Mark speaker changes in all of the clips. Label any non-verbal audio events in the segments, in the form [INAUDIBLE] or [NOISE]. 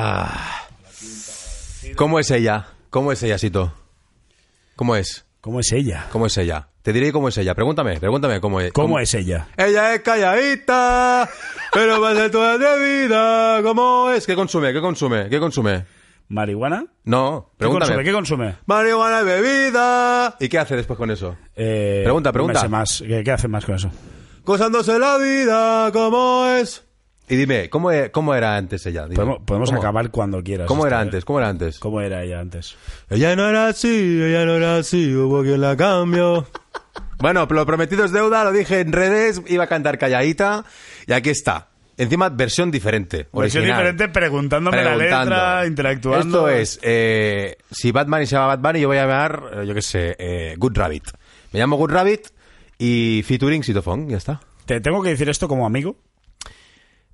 Speaker 1: Ah. ¿Cómo es ella? ¿Cómo es ella, Sito? ¿Cómo es?
Speaker 2: ¿Cómo es ella?
Speaker 1: ¿Cómo es ella? Te diré cómo es ella. Pregúntame, pregúntame cómo es.
Speaker 2: ¿Cómo es ella?
Speaker 1: Ella es calladita, pero va a ser toda de vida. ¿Cómo es? ¿Qué consume? ¿Qué consume? ¿Qué consume?
Speaker 2: ¿Marihuana?
Speaker 1: No,
Speaker 2: ¿Qué consume?
Speaker 1: pregúntame.
Speaker 2: ¿Qué consume?
Speaker 1: Marihuana y bebida. ¿Y qué hace después con eso?
Speaker 2: Eh,
Speaker 1: Pregunta, pregunta.
Speaker 2: no me sé más. ¿Qué, qué hacen más con eso?
Speaker 1: Gozándose la vida, ¿cómo es? Y dime, ¿cómo, e- cómo era antes ella? Dime.
Speaker 2: Podemos, podemos
Speaker 1: ¿Cómo?
Speaker 2: acabar cuando quieras.
Speaker 1: ¿Cómo era
Speaker 2: Esto,
Speaker 1: antes?
Speaker 2: ¿eh?
Speaker 1: ¿Cómo era antes?
Speaker 2: ¿Cómo era ella antes?
Speaker 1: Ella no era así, ella no era así, hubo quien la cambio. Bueno, lo prometido es deuda, lo dije en redes, iba a cantar calladita y aquí está. Encima, versión diferente.
Speaker 2: Versión
Speaker 1: original.
Speaker 2: diferente preguntándome la
Speaker 1: Preguntando.
Speaker 2: letra,
Speaker 1: Esto
Speaker 2: interactuando.
Speaker 1: es, eh, si Batman y se llama Batman, yo voy a llamar, eh, yo qué sé, eh, Good Rabbit. Me llamo Good Rabbit y featuring Sitofón, ya está.
Speaker 2: Te tengo que decir esto como amigo.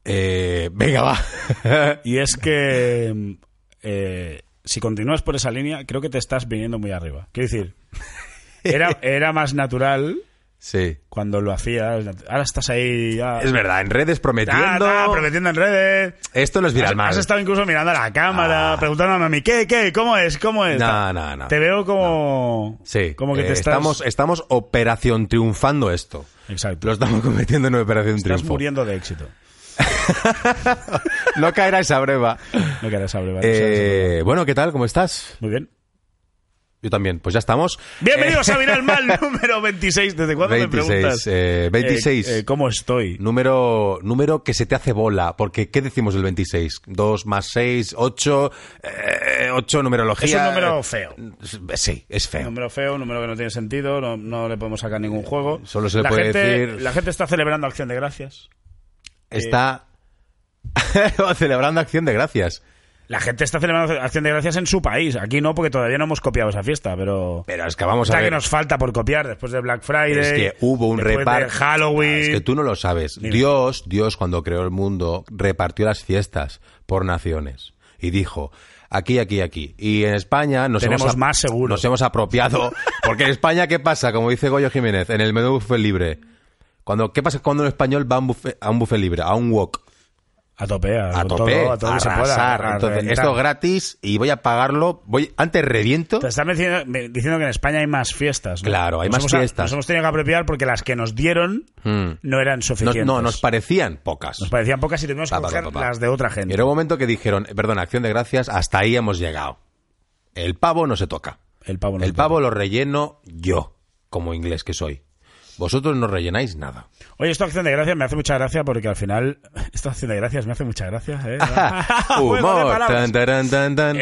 Speaker 1: Eh, venga, va. [LAUGHS]
Speaker 2: Y es que eh, si continúas por esa línea, creo que te estás viniendo muy arriba.
Speaker 1: [LAUGHS]
Speaker 2: Quiero decir, era, era más natural
Speaker 1: sí.
Speaker 2: cuando lo hacías. Ahora estás ahí ya,
Speaker 1: Es verdad, en redes
Speaker 2: ta,
Speaker 1: prometiendo.
Speaker 2: ta, prometiendo en redes.
Speaker 1: Esto no es viral
Speaker 2: Has,
Speaker 1: mal.
Speaker 2: has estado incluso mirando a la cámara,
Speaker 1: Ah.
Speaker 2: preguntándome a mí, ¿qué, qué? ¿Cómo es? ¿Cómo es?
Speaker 1: No,
Speaker 2: Ta-
Speaker 1: no, no.
Speaker 2: Te veo como.
Speaker 1: Ah. Sí.
Speaker 2: Como que
Speaker 1: eh,
Speaker 2: te estás.
Speaker 1: estamos, estamos operación triunfando esto.
Speaker 2: Exacto.
Speaker 1: Lo estamos cometiendo en operación
Speaker 2: estás
Speaker 1: triunfo.
Speaker 2: muriendo de éxito.
Speaker 1: No caerá esa
Speaker 2: [LAUGHS]
Speaker 1: breva.
Speaker 2: No querrás hablar.
Speaker 1: Eh, bueno, ¿qué tal? ¿Cómo estás?
Speaker 2: Muy bien.
Speaker 1: Yo también. Pues ya estamos.
Speaker 2: Bienvenidos
Speaker 1: eh,
Speaker 2: a Viral Mal
Speaker 1: [LAUGHS]
Speaker 2: número 26. ¿Desde cuándo me
Speaker 1: 26.
Speaker 2: preguntas?
Speaker 1: eh, 26.
Speaker 2: Eh, eh, ¿Cómo estoy?
Speaker 1: Número, número que se te hace bola, porque ¿qué decimos del 26? 2 más eh, 6, 8, 8 numerología.
Speaker 2: Es un número feo.
Speaker 1: Eh, Sí, es feo.
Speaker 2: Número feo, número que no tiene sentido, no, no le podemos sacar ningún juego.
Speaker 1: Solo se le
Speaker 2: la
Speaker 1: puede
Speaker 2: gente,
Speaker 1: decir-
Speaker 2: La gente está celebrando Acción de Gracias. eh.
Speaker 1: Está [LAUGHS] celebrando acción de gracias.
Speaker 2: La gente está celebrando Acción de Gracias en su país. Aquí no, porque todavía no hemos copiado esa fiesta, pero...
Speaker 1: Pero es que vamos a
Speaker 2: o sea, que
Speaker 1: ver.
Speaker 2: nos falta por copiar después de Black Friday.
Speaker 1: Es que hubo un
Speaker 2: después de
Speaker 1: reparto.
Speaker 2: Halloween.
Speaker 1: Ah, Es que tú no lo sabes.
Speaker 2: Dime.
Speaker 1: Dios, Dios cuando creó el mundo, repartió las fiestas por naciones y dijo. Aquí, aquí, aquí. Y en España nos
Speaker 2: Tenemos
Speaker 1: hemos ap-
Speaker 2: más seguro.
Speaker 1: Nos hemos apropiado.
Speaker 2: [LAUGHS]
Speaker 1: Porque en España, ¿qué pasa? Como dice Goyo Jiménez, en el menú buffet libre. Cuando, ¿Qué pasa cuando un español va a un buffet, a un buffet libre, a un wok?
Speaker 2: A tope, a,
Speaker 1: A
Speaker 2: con
Speaker 1: tope,
Speaker 2: todo, a todo
Speaker 1: a
Speaker 2: lo que se pueda,
Speaker 1: arrasar.
Speaker 2: a
Speaker 1: Entonces,
Speaker 2: reventar.
Speaker 1: esto es gratis y voy a pagarlo. Voy, antes reviento.
Speaker 2: Te están diciendo, me- diciendo que en España hay más fiestas. ¿no?
Speaker 1: Claro, hay más
Speaker 2: hemos-
Speaker 1: fiestas.
Speaker 2: Nos hemos tenido que apropiar porque las que nos dieron
Speaker 1: Mm.
Speaker 2: no eran
Speaker 1: Nos-
Speaker 2: suficientes.
Speaker 1: no, nos parecían pocas.
Speaker 2: Nos parecían pocas y tuvimos que
Speaker 1: Pa, pa,
Speaker 2: coger
Speaker 1: pa, pa, pa.
Speaker 2: las de otra gente.
Speaker 1: Era un momento que dijeron, eh, perdón, acción de gracias, hasta ahí hemos llegado. El pavo no se toca.
Speaker 2: El pavo no
Speaker 1: El
Speaker 2: se toca.
Speaker 1: pavo lo relleno yo, como inglés que soy. Vosotros no rellenáis
Speaker 2: [LAUGHS]
Speaker 1: nada.
Speaker 2: Oye, esta acción de gracias me hace mucha gracia porque al final. [LAUGHS] Esta acción de gracias me hace mucha gracia,
Speaker 1: [LAUGHS]
Speaker 2: ¿eh? Juego de
Speaker 1: Humor.
Speaker 2: palabras. Eh,
Speaker 1: tan, taran, tan, tan.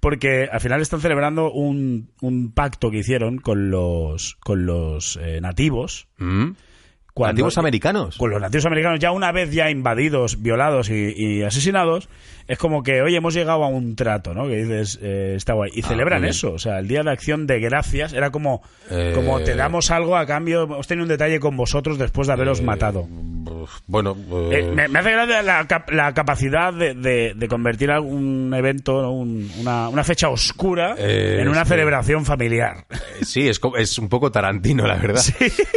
Speaker 2: Porque al final están celebrando un, un pacto que hicieron con los, con los eh, nativos.
Speaker 1: ¿Mm?
Speaker 2: cuando-
Speaker 1: Nativos americanos.
Speaker 2: Con Pues los nativos americanos, ya una vez ya invadidos, violados y, y asesinados, es como que, oye, hemos llegado a un trato, ¿no? Que dices, eh, está guay. Y celebran
Speaker 1: Ah, muy bien.
Speaker 2: eso. O sea, el Día de Acción de Gracias era como,
Speaker 1: Eh,
Speaker 2: como te damos algo a cambio, hemos tenido un detalle con vosotros después de
Speaker 1: eh,
Speaker 2: haberos matado.
Speaker 1: Uf, Bueno, eh,
Speaker 2: Eh, me, me hace gracia la, cap- la capacidad de, de- de convertir algún evento, ¿no? Un- una, una fecha oscura,
Speaker 1: Eh,
Speaker 2: en una
Speaker 1: sí.
Speaker 2: celebración familiar. [LAUGHS]
Speaker 1: sí, es, co- es un poco tarantino, la verdad.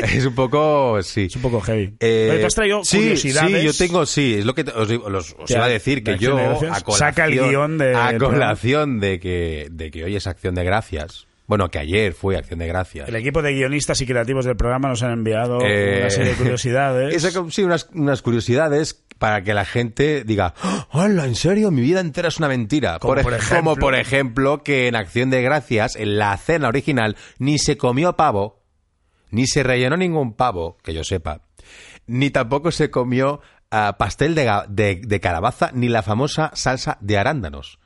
Speaker 1: Es un poco, sí.
Speaker 2: Es un poco heavy.
Speaker 1: Eh,
Speaker 2: Oye, ¿Tú has traído
Speaker 1: sí,
Speaker 2: curiosidades?
Speaker 1: Sí, yo tengo, sí, es lo que te- os, digo- los- os
Speaker 2: Ya,
Speaker 1: iba a decir, que
Speaker 2: de Acción
Speaker 1: yo,
Speaker 2: de Gracias.
Speaker 1: a colación,
Speaker 2: Saca el guión de-
Speaker 1: a
Speaker 2: del
Speaker 1: colación de que, de que hoy es Acción de Gracias, bueno, que ayer fue Acción de Gracias.
Speaker 2: El equipo de guionistas y creativos del programa nos han enviado
Speaker 1: Eh,
Speaker 2: una serie
Speaker 1: [LAUGHS]
Speaker 2: de curiosidades.
Speaker 1: esa co- sí, unas, unas curiosidades para que la gente diga, hola, ¿en serio? Mi vida entera es una mentira.
Speaker 2: Como
Speaker 1: ej-
Speaker 2: por ejemplo-
Speaker 1: como por ejemplo que en Acción de Gracias, en la cena original, ni se comió pavo, ni se rellenó ningún pavo, que yo sepa, ni tampoco se comió ah, pastel de, ga- de- de calabaza, ni la famosa salsa de arándanos.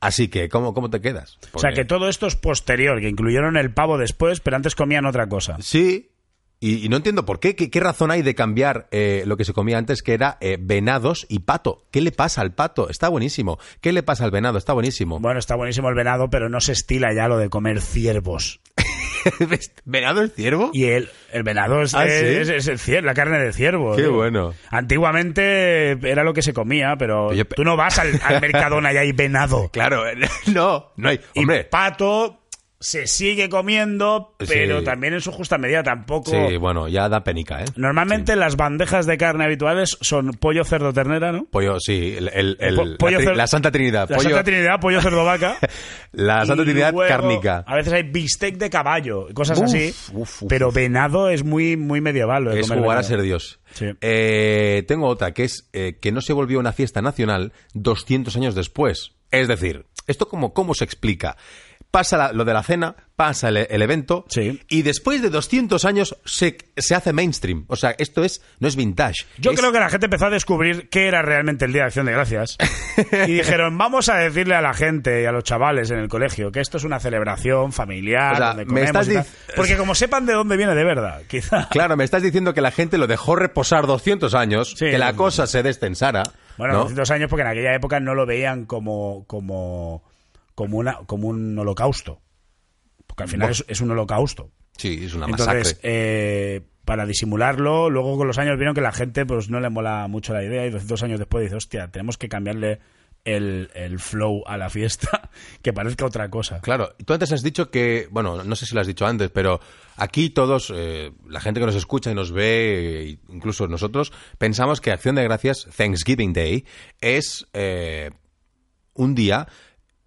Speaker 1: Así que, ¿cómo, cómo te quedas?
Speaker 2: o sea, que
Speaker 1: Porque-
Speaker 2: todo esto es posterior, que incluyeron el pavo después, pero antes comían otra cosa.
Speaker 1: Sí. Y, y no entiendo por qué. ¿Qué, qué razón hay de cambiar eh, lo que se comía antes, que era eh, venados y pato? ¿Qué le pasa al pato? Está buenísimo. ¿Qué le pasa al venado? Está buenísimo.
Speaker 2: Bueno, está buenísimo el venado, pero no se estila ya lo de comer ciervos.
Speaker 1: [LAUGHS] ¿Venado es ciervo?
Speaker 2: Y el, el venado es,
Speaker 1: ¿Ah, sí?
Speaker 2: es- es el cier- la carne de ciervo.
Speaker 1: Qué
Speaker 2: tío.
Speaker 1: bueno.
Speaker 2: Antiguamente era lo que se comía, pero
Speaker 1: Oye, pe- [LAUGHS]
Speaker 2: tú no vas al, al Mercadona y hay venado.
Speaker 1: Claro, eh, no, no hay.
Speaker 2: Y
Speaker 1: Hombre,
Speaker 2: pato se sigue comiendo, pero
Speaker 1: Sí.
Speaker 2: también en su justa medida tampoco.
Speaker 1: Sí, bueno, ya da penica, ¿eh?
Speaker 2: Normalmente las bandejas de carne habituales son pollo, cerdo, ternera, ¿no?
Speaker 1: Pollo, sí, el, el- el-
Speaker 2: Po- pollo
Speaker 1: la, tri-
Speaker 2: cer-
Speaker 1: la Santa Trinidad.
Speaker 2: La
Speaker 1: pollo-
Speaker 2: Santa Trinidad, pollo, cerdo, vaca.
Speaker 1: [LAUGHS] la Santa
Speaker 2: Y
Speaker 1: Trinidad
Speaker 2: luego,
Speaker 1: cárnica.
Speaker 2: A veces hay bistec de caballo, cosas
Speaker 1: Uf,
Speaker 2: así.
Speaker 1: uf, uf,
Speaker 2: pero venado es muy, muy medieval. lo de
Speaker 1: Es
Speaker 2: comer
Speaker 1: jugar a
Speaker 2: venado.
Speaker 1: ser Dios.
Speaker 2: Sí.
Speaker 1: Eh, tengo otra, que es eh, que no se volvió una fiesta nacional 200 años después. Es decir, esto como cómo se explica. Pasa la- lo de la cena, pasa el, el evento,
Speaker 2: Sí.
Speaker 1: y después de 200 años se, se hace mainstream. O sea, esto es no es vintage.
Speaker 2: Yo
Speaker 1: es-
Speaker 2: creo que la gente empezó a descubrir qué era realmente el Día de Acción
Speaker 1: [LAUGHS]
Speaker 2: de Gracias. Y dijeron, vamos a decirle a la gente y a los chavales en el colegio que esto es una celebración familiar,
Speaker 1: O sea,
Speaker 2: donde
Speaker 1: me
Speaker 2: comemos
Speaker 1: estás
Speaker 2: y tal".
Speaker 1: dic-
Speaker 2: Porque como sepan de dónde viene de verdad, quizá.
Speaker 1: Claro, me estás diciendo que la gente lo dejó reposar 200 años,
Speaker 2: Sí,
Speaker 1: que la
Speaker 2: sí,
Speaker 1: cosa se destensara.
Speaker 2: Bueno,
Speaker 1: ¿no?
Speaker 2: 200 años porque en aquella época no lo veían como como como una como un holocausto. Porque al final
Speaker 1: Buah.
Speaker 2: es, es un holocausto.
Speaker 1: Sí, es una masacre.
Speaker 2: Entonces, eh, para disimularlo, luego con los años vieron que la gente pues no le mola mucho la idea y 200 años después dice, hostia, tenemos que cambiarle el, el flow a la fiesta, [LAUGHS] que parezca otra cosa.
Speaker 1: Claro, tú antes has dicho que, bueno, no sé si lo has dicho antes, pero aquí todos, eh, la gente que nos escucha y nos ve, e incluso nosotros, pensamos que Acción de Gracias, Thanksgiving Day, es eh, un día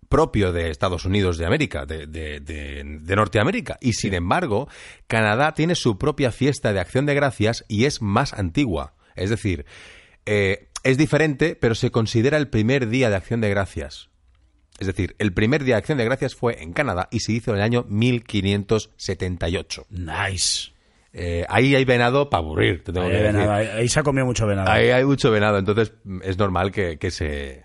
Speaker 1: propio de Estados Unidos de América, de, de- de- de Norteamérica. Y sin embargo, Canadá tiene su propia fiesta de Acción de Gracias y es más antigua. Es decir, eh, es diferente, pero se considera el primer día de Acción de Gracias. Es decir, el primer día de Acción de Gracias fue en Canadá y se hizo en el año 1578.
Speaker 2: Nice.
Speaker 1: Eh, ahí hay venado para aburrir, te tengo
Speaker 2: Ahí,
Speaker 1: que
Speaker 2: hay
Speaker 1: decir.
Speaker 2: venado, ahí- ahí se ha comido mucho venado.
Speaker 1: Ahí hay mucho venado, entonces mm, es normal que, que se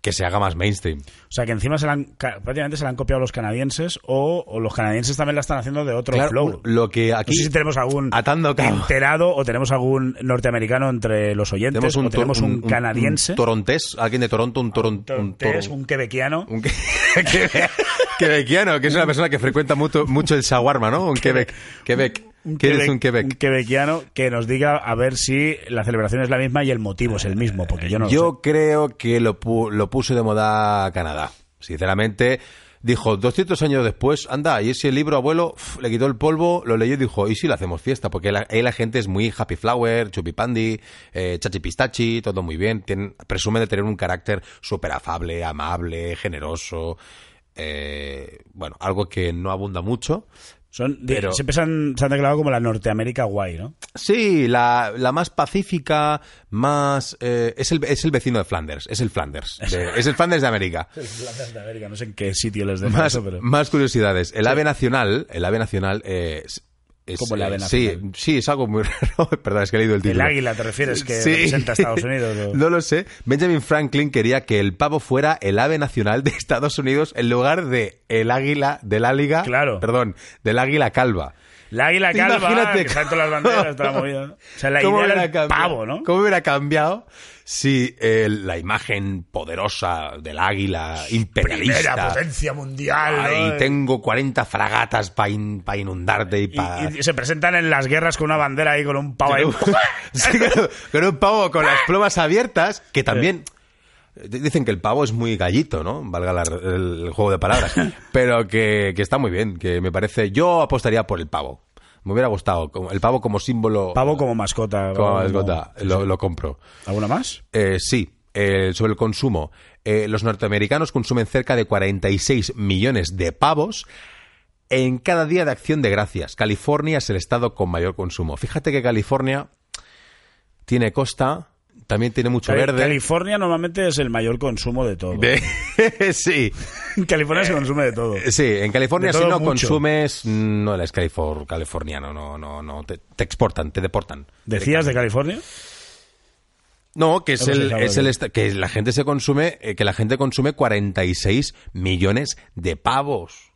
Speaker 1: que se haga más mainstream.
Speaker 2: O sea que encima se la han, ca- prácticamente se la han copiado los canadienses o, o los canadienses también la están haciendo de otro
Speaker 1: Claro,
Speaker 2: flow.
Speaker 1: lo que
Speaker 2: No
Speaker 1: aquí
Speaker 2: sé si tenemos algún
Speaker 1: atando cabos.
Speaker 2: enterado o tenemos algún norteamericano entre los oyentes
Speaker 1: tenemos un,
Speaker 2: o tenemos
Speaker 1: tor-
Speaker 2: un, canadiense,
Speaker 1: un torontés, alguien de Toronto, un toron- un
Speaker 2: tortés,
Speaker 1: toron-
Speaker 2: un quebequiano,
Speaker 1: un que- [LAUGHS] quebe- quebequiano, que es una persona que frecuenta mucho, mucho el shawarma, ¿no? Un Quebec, Quebec. ¿Qué eres
Speaker 2: quebec-
Speaker 1: un Quebec?
Speaker 2: un quebequiano que nos diga a ver si la celebración es la misma y el motivo es el mismo, porque yo no lo
Speaker 1: Yo creo que lo, pu- lo puso de moda Canadá. Sinceramente, dijo 200 años después, anda, y ese libro, abuelo, uf, le quitó el polvo, lo leyó y dijo, ¿y si lo hacemos fiesta? Porque la- ahí la gente es muy happy flower, chupipandi, eh, chachi pistachi, todo muy bien. Tienen, presumen de tener un carácter súper afable, amable, generoso. eh, bueno, algo que no abunda mucho.
Speaker 2: sé. Son, di-
Speaker 1: pero-
Speaker 2: Siempre se han, se han declarado como la Norteamérica guay, [LAUGHS] ¿no?
Speaker 1: Sí, la, la más pacífica, más... eh, es, el, es el vecino de Flanders, es el Flanders. de- es el Flanders de América.
Speaker 2: no sé en qué sitio les dejan
Speaker 1: más,
Speaker 2: eso, pero...
Speaker 1: más curiosidades. El ave nacional, el ave nacional eh, es, es-
Speaker 2: ¿Cómo el ave
Speaker 1: eh,
Speaker 2: nacional?
Speaker 1: Sí, sí, es algo muy [LAUGHS] raro. Perdón, es que he leído el
Speaker 2: El
Speaker 1: título.
Speaker 2: águila, ¿te refieres? Que
Speaker 1: Sí. [LAUGHS]
Speaker 2: representa a Estados Unidos. o-
Speaker 1: No lo sé. Benjamin Franklin quería que el pavo fuera el ave nacional de Estados Unidos en lugar de el águila de la liga.
Speaker 2: Claro.
Speaker 1: Perdón, del águila calva.
Speaker 2: La águila
Speaker 1: Tú
Speaker 2: calva,
Speaker 1: imagínate.
Speaker 2: que están todas
Speaker 1: [LAUGHS]
Speaker 2: las banderas, toda la movida. ¿no? O sea, la idea era el
Speaker 1: cambiado?
Speaker 2: pavo, ¿no?
Speaker 1: ¿Cómo hubiera cambiado si eh, la imagen poderosa del águila imperialista
Speaker 2: Primera potencia mundial.
Speaker 1: Ay,
Speaker 2: ¿no?
Speaker 1: tengo 40 fragatas para inundarte y
Speaker 2: Y-
Speaker 1: para...
Speaker 2: y, se presentan en las guerras con una bandera ahí, con un pavo ahí.
Speaker 1: [LAUGHS] con un pavo con las plumas abiertas, que también... Dicen que el pavo es muy gallito, ¿no? Valga la- el juego de palabras. Pero que, que está muy bien, que me parece... Yo apostaría por el pavo. Me hubiera gustado. como- El pavo como símbolo...
Speaker 2: Pavo como mascota.
Speaker 1: como
Speaker 2: pavo
Speaker 1: mascota. Lo, lo compro.
Speaker 2: ¿Alguna más?
Speaker 1: Eh, sí, eh, sobre el consumo. Eh, los norteamericanos consumen cerca de 46 millones de pavos en cada día de acción de gracias. California es el estado con mayor consumo. Fíjate que California tiene costa, también tiene mucho
Speaker 2: Cali-
Speaker 1: verde.
Speaker 2: California normalmente es el mayor consumo de todo.
Speaker 1: De- [LAUGHS] sí,
Speaker 2: En [LAUGHS] California se consume de todo.
Speaker 1: sí, en California
Speaker 2: De
Speaker 1: si
Speaker 2: todo
Speaker 1: no
Speaker 2: mucho.
Speaker 1: consumes no eres califor- californiano, no, no, no, te, te exportan, te deportan.
Speaker 2: ¿Decías de California?
Speaker 1: No, que es
Speaker 2: Hemos
Speaker 1: el,
Speaker 2: dejado
Speaker 1: es
Speaker 2: de
Speaker 1: el
Speaker 2: ver.
Speaker 1: esta- que la gente se consume, eh, que la gente consume 46 millones de pavos.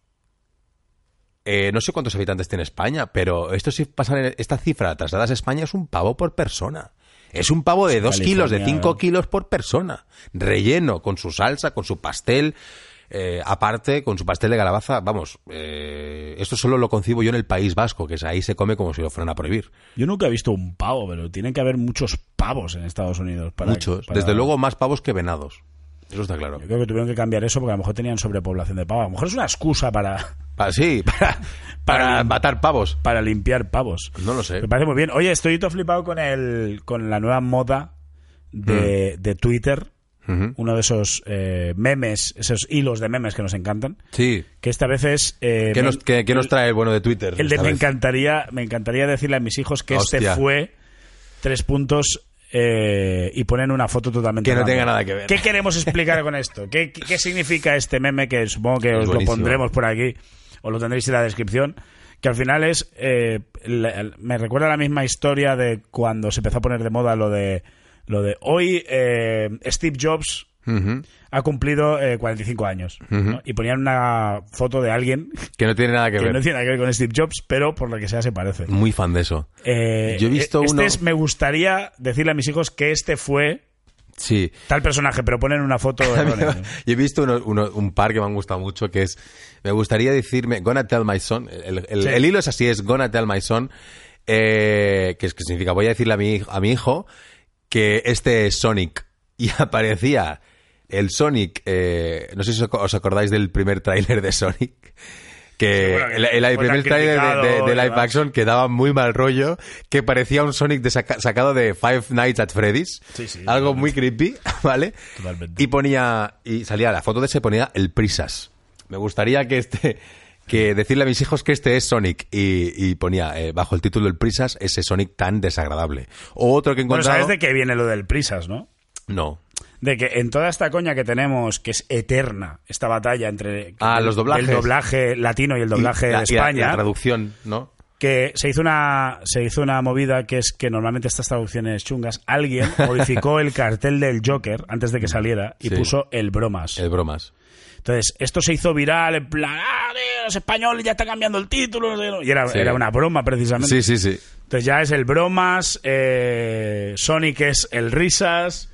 Speaker 1: Eh, no sé cuántos habitantes tiene España, pero esto sí pasa en esta cifra trasladas a España es un pavo por persona. Es un pavo de 2
Speaker 2: California,
Speaker 1: kilos, de 5
Speaker 2: ¿eh?
Speaker 1: kilos por persona. Relleno, con su salsa, con su pastel. eh, aparte, con su pastel de calabaza, vamos, eh, esto solo lo concibo yo en el País Vasco, que es ahí se come como si lo fueran a prohibir.
Speaker 2: Yo nunca he visto un pavo, pero tienen que haber muchos pavos en Estados Unidos. Para,
Speaker 1: Muchos,
Speaker 2: para-
Speaker 1: desde luego más pavos que venados. Eso está claro.
Speaker 2: Yo creo que tuvieron que cambiar eso porque a lo mejor tenían sobrepoblación de pavos. A lo mejor es una excusa para, [LAUGHS]
Speaker 1: Pa- sí, [LAUGHS] para, para
Speaker 2: Para-
Speaker 1: matar pavos.
Speaker 2: para limpiar pavos.
Speaker 1: No lo sé.
Speaker 2: Me parece muy bien. Oye, estoy todo flipado con el con la nueva moda de,
Speaker 1: Mm.
Speaker 2: de Twitter.
Speaker 1: Ujú.
Speaker 2: Uno de esos eh, memes, esos hilos de memes que nos encantan.
Speaker 1: Sí.
Speaker 2: Que esta vez es. eh,
Speaker 1: ¿Qué
Speaker 2: me-
Speaker 1: nos, qué- qué nos trae el bueno de Twitter?
Speaker 2: el de
Speaker 1: esta
Speaker 2: me
Speaker 1: vez?
Speaker 2: encantaría, me encantaría decirle a mis hijos que
Speaker 1: Hostia.
Speaker 2: este fue tres puntos eh, y ponen una foto totalmente.
Speaker 1: Que no
Speaker 2: random.
Speaker 1: tenga nada que ver.
Speaker 2: ¿Qué queremos explicar con esto? ¿Qué, qué- qué significa este meme que supongo que
Speaker 1: Es
Speaker 2: os
Speaker 1: buenísimo.
Speaker 2: lo pondremos por aquí o lo tendréis en la descripción? Que al final es. eh, la- la- me recuerda la misma historia de cuando se empezó a poner de moda lo de. Lo de hoy eh, Steve Jobs
Speaker 1: Ujú.
Speaker 2: ha cumplido eh, 45 años ¿no? y ponían una foto de alguien
Speaker 1: Que no tiene nada que,
Speaker 2: que
Speaker 1: ver.
Speaker 2: no tiene nada que ver con Steve Jobs, pero por lo que sea se parece.
Speaker 1: Muy fan de eso.
Speaker 2: Eh,
Speaker 1: Yo he visto
Speaker 2: este
Speaker 1: uno-
Speaker 2: es- me gustaría decirle a mis hijos que este fue
Speaker 1: Sí.
Speaker 2: tal personaje, pero ponen
Speaker 1: [LAUGHS]
Speaker 2: una foto.
Speaker 1: Yo
Speaker 2: errónea.
Speaker 1: he visto uno- uno- un par que me han gustado mucho, que es, me gustaría decirme, gonna tell my son, el, el-
Speaker 2: Sí.
Speaker 1: el hilo es así, es gonna tell my son, eh, que, es, que significa, voy a decirle a mi, hij- a mi hijo que este es Sonic. [LAUGHS] Y aparecía el Sonic, eh, no sé si os ac- os acordáis del primer tráiler de Sonic. Que
Speaker 2: bueno, que
Speaker 1: el, el- el
Speaker 2: fue
Speaker 1: primer
Speaker 2: tan
Speaker 1: tráiler de- de, de
Speaker 2: criticado y
Speaker 1: live
Speaker 2: demás.
Speaker 1: action que daba muy mal rollo, que parecía un Sonic de saca- sacado de Five Nights at Freddy's.
Speaker 2: Sí, sí,
Speaker 1: algo muy creepy, [LAUGHS] ¿vale?
Speaker 2: Totalmente.
Speaker 1: Y ponía y salía la foto de ese ponía el prisas. Me gustaría que este que decirle a mis hijos que este es Sonic y, y ponía eh, bajo el título el prisas ese Sonic tan desagradable. O otro que he
Speaker 2: Bueno,
Speaker 1: encontrado
Speaker 2: sabes de qué viene lo del prisas, ¿no?
Speaker 1: no.
Speaker 2: De que en toda esta coña que tenemos, que es eterna, esta batalla entre
Speaker 1: Ah, los doblajes.
Speaker 2: el doblaje latino y el doblaje
Speaker 1: Y
Speaker 2: de
Speaker 1: la- y la-
Speaker 2: España,
Speaker 1: la traducción, ¿no?
Speaker 2: que se hizo una se hizo una movida que es que normalmente estas traducciones chungas,
Speaker 1: [LAUGHS]
Speaker 2: alguien modificó el cartel del Joker antes de que saliera y
Speaker 1: Sí.
Speaker 2: puso el bromas.
Speaker 1: El bromas.
Speaker 2: Entonces, esto se hizo viral en plan, "Ah, tío, los españoles ya están cambiando el título. Y era,
Speaker 1: Sí.
Speaker 2: era una broma, precisamente.
Speaker 1: Sí, sí, sí.
Speaker 2: Entonces ya es el bromas, eh, Sonic es el risas,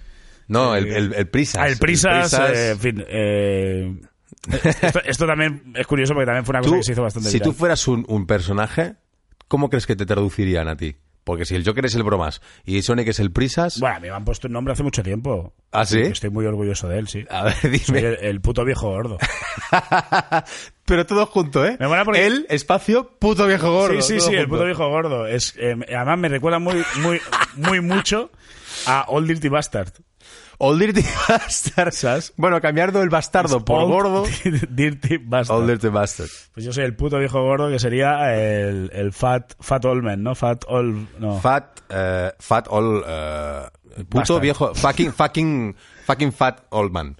Speaker 1: No, el, el, el prisas.
Speaker 2: ah, el prisas,
Speaker 1: El
Speaker 2: eh, en fin. eh, esto, esto también es curioso porque también fue una cosa
Speaker 1: Tú,
Speaker 2: que se hizo bastante
Speaker 1: si
Speaker 2: viral.
Speaker 1: tú fueras un, un personaje, ¿cómo crees que te traducirían a ti? Porque si el Joker es el bromas y Sonic es el prisas,
Speaker 2: Bueno, me han puesto un nombre hace mucho tiempo.
Speaker 1: ¿Ah, sí?
Speaker 2: Estoy muy orgulloso de él, sí.
Speaker 1: a ver, dime.
Speaker 2: Soy el, el puto viejo gordo.
Speaker 1: [LAUGHS] Pero todo junto, ¿eh?
Speaker 2: Me mola porque-
Speaker 1: El espacio puto viejo [LAUGHS] gordo.
Speaker 2: sí, sí,
Speaker 1: todo
Speaker 2: sí, el
Speaker 1: junto.
Speaker 2: puto viejo gordo. Es, eh, además me recuerda muy, muy, muy mucho a Old Dirty Bastard.
Speaker 1: Old Dirty [LAUGHS] Bastard.
Speaker 2: ¿Sabes?
Speaker 1: Bueno, cambiando el bastardo por
Speaker 2: Old
Speaker 1: gordo.
Speaker 2: [LAUGHS] Dirty Bastard.
Speaker 1: Old Dirty Bastard.
Speaker 2: Pues yo soy el puto viejo gordo que sería el, el fat, fat old man, ¿no? Fat old, no.
Speaker 1: Fat, eh, fat old, eh, puto
Speaker 2: Bastard.
Speaker 1: viejo, fucking, fucking, fucking fat old man.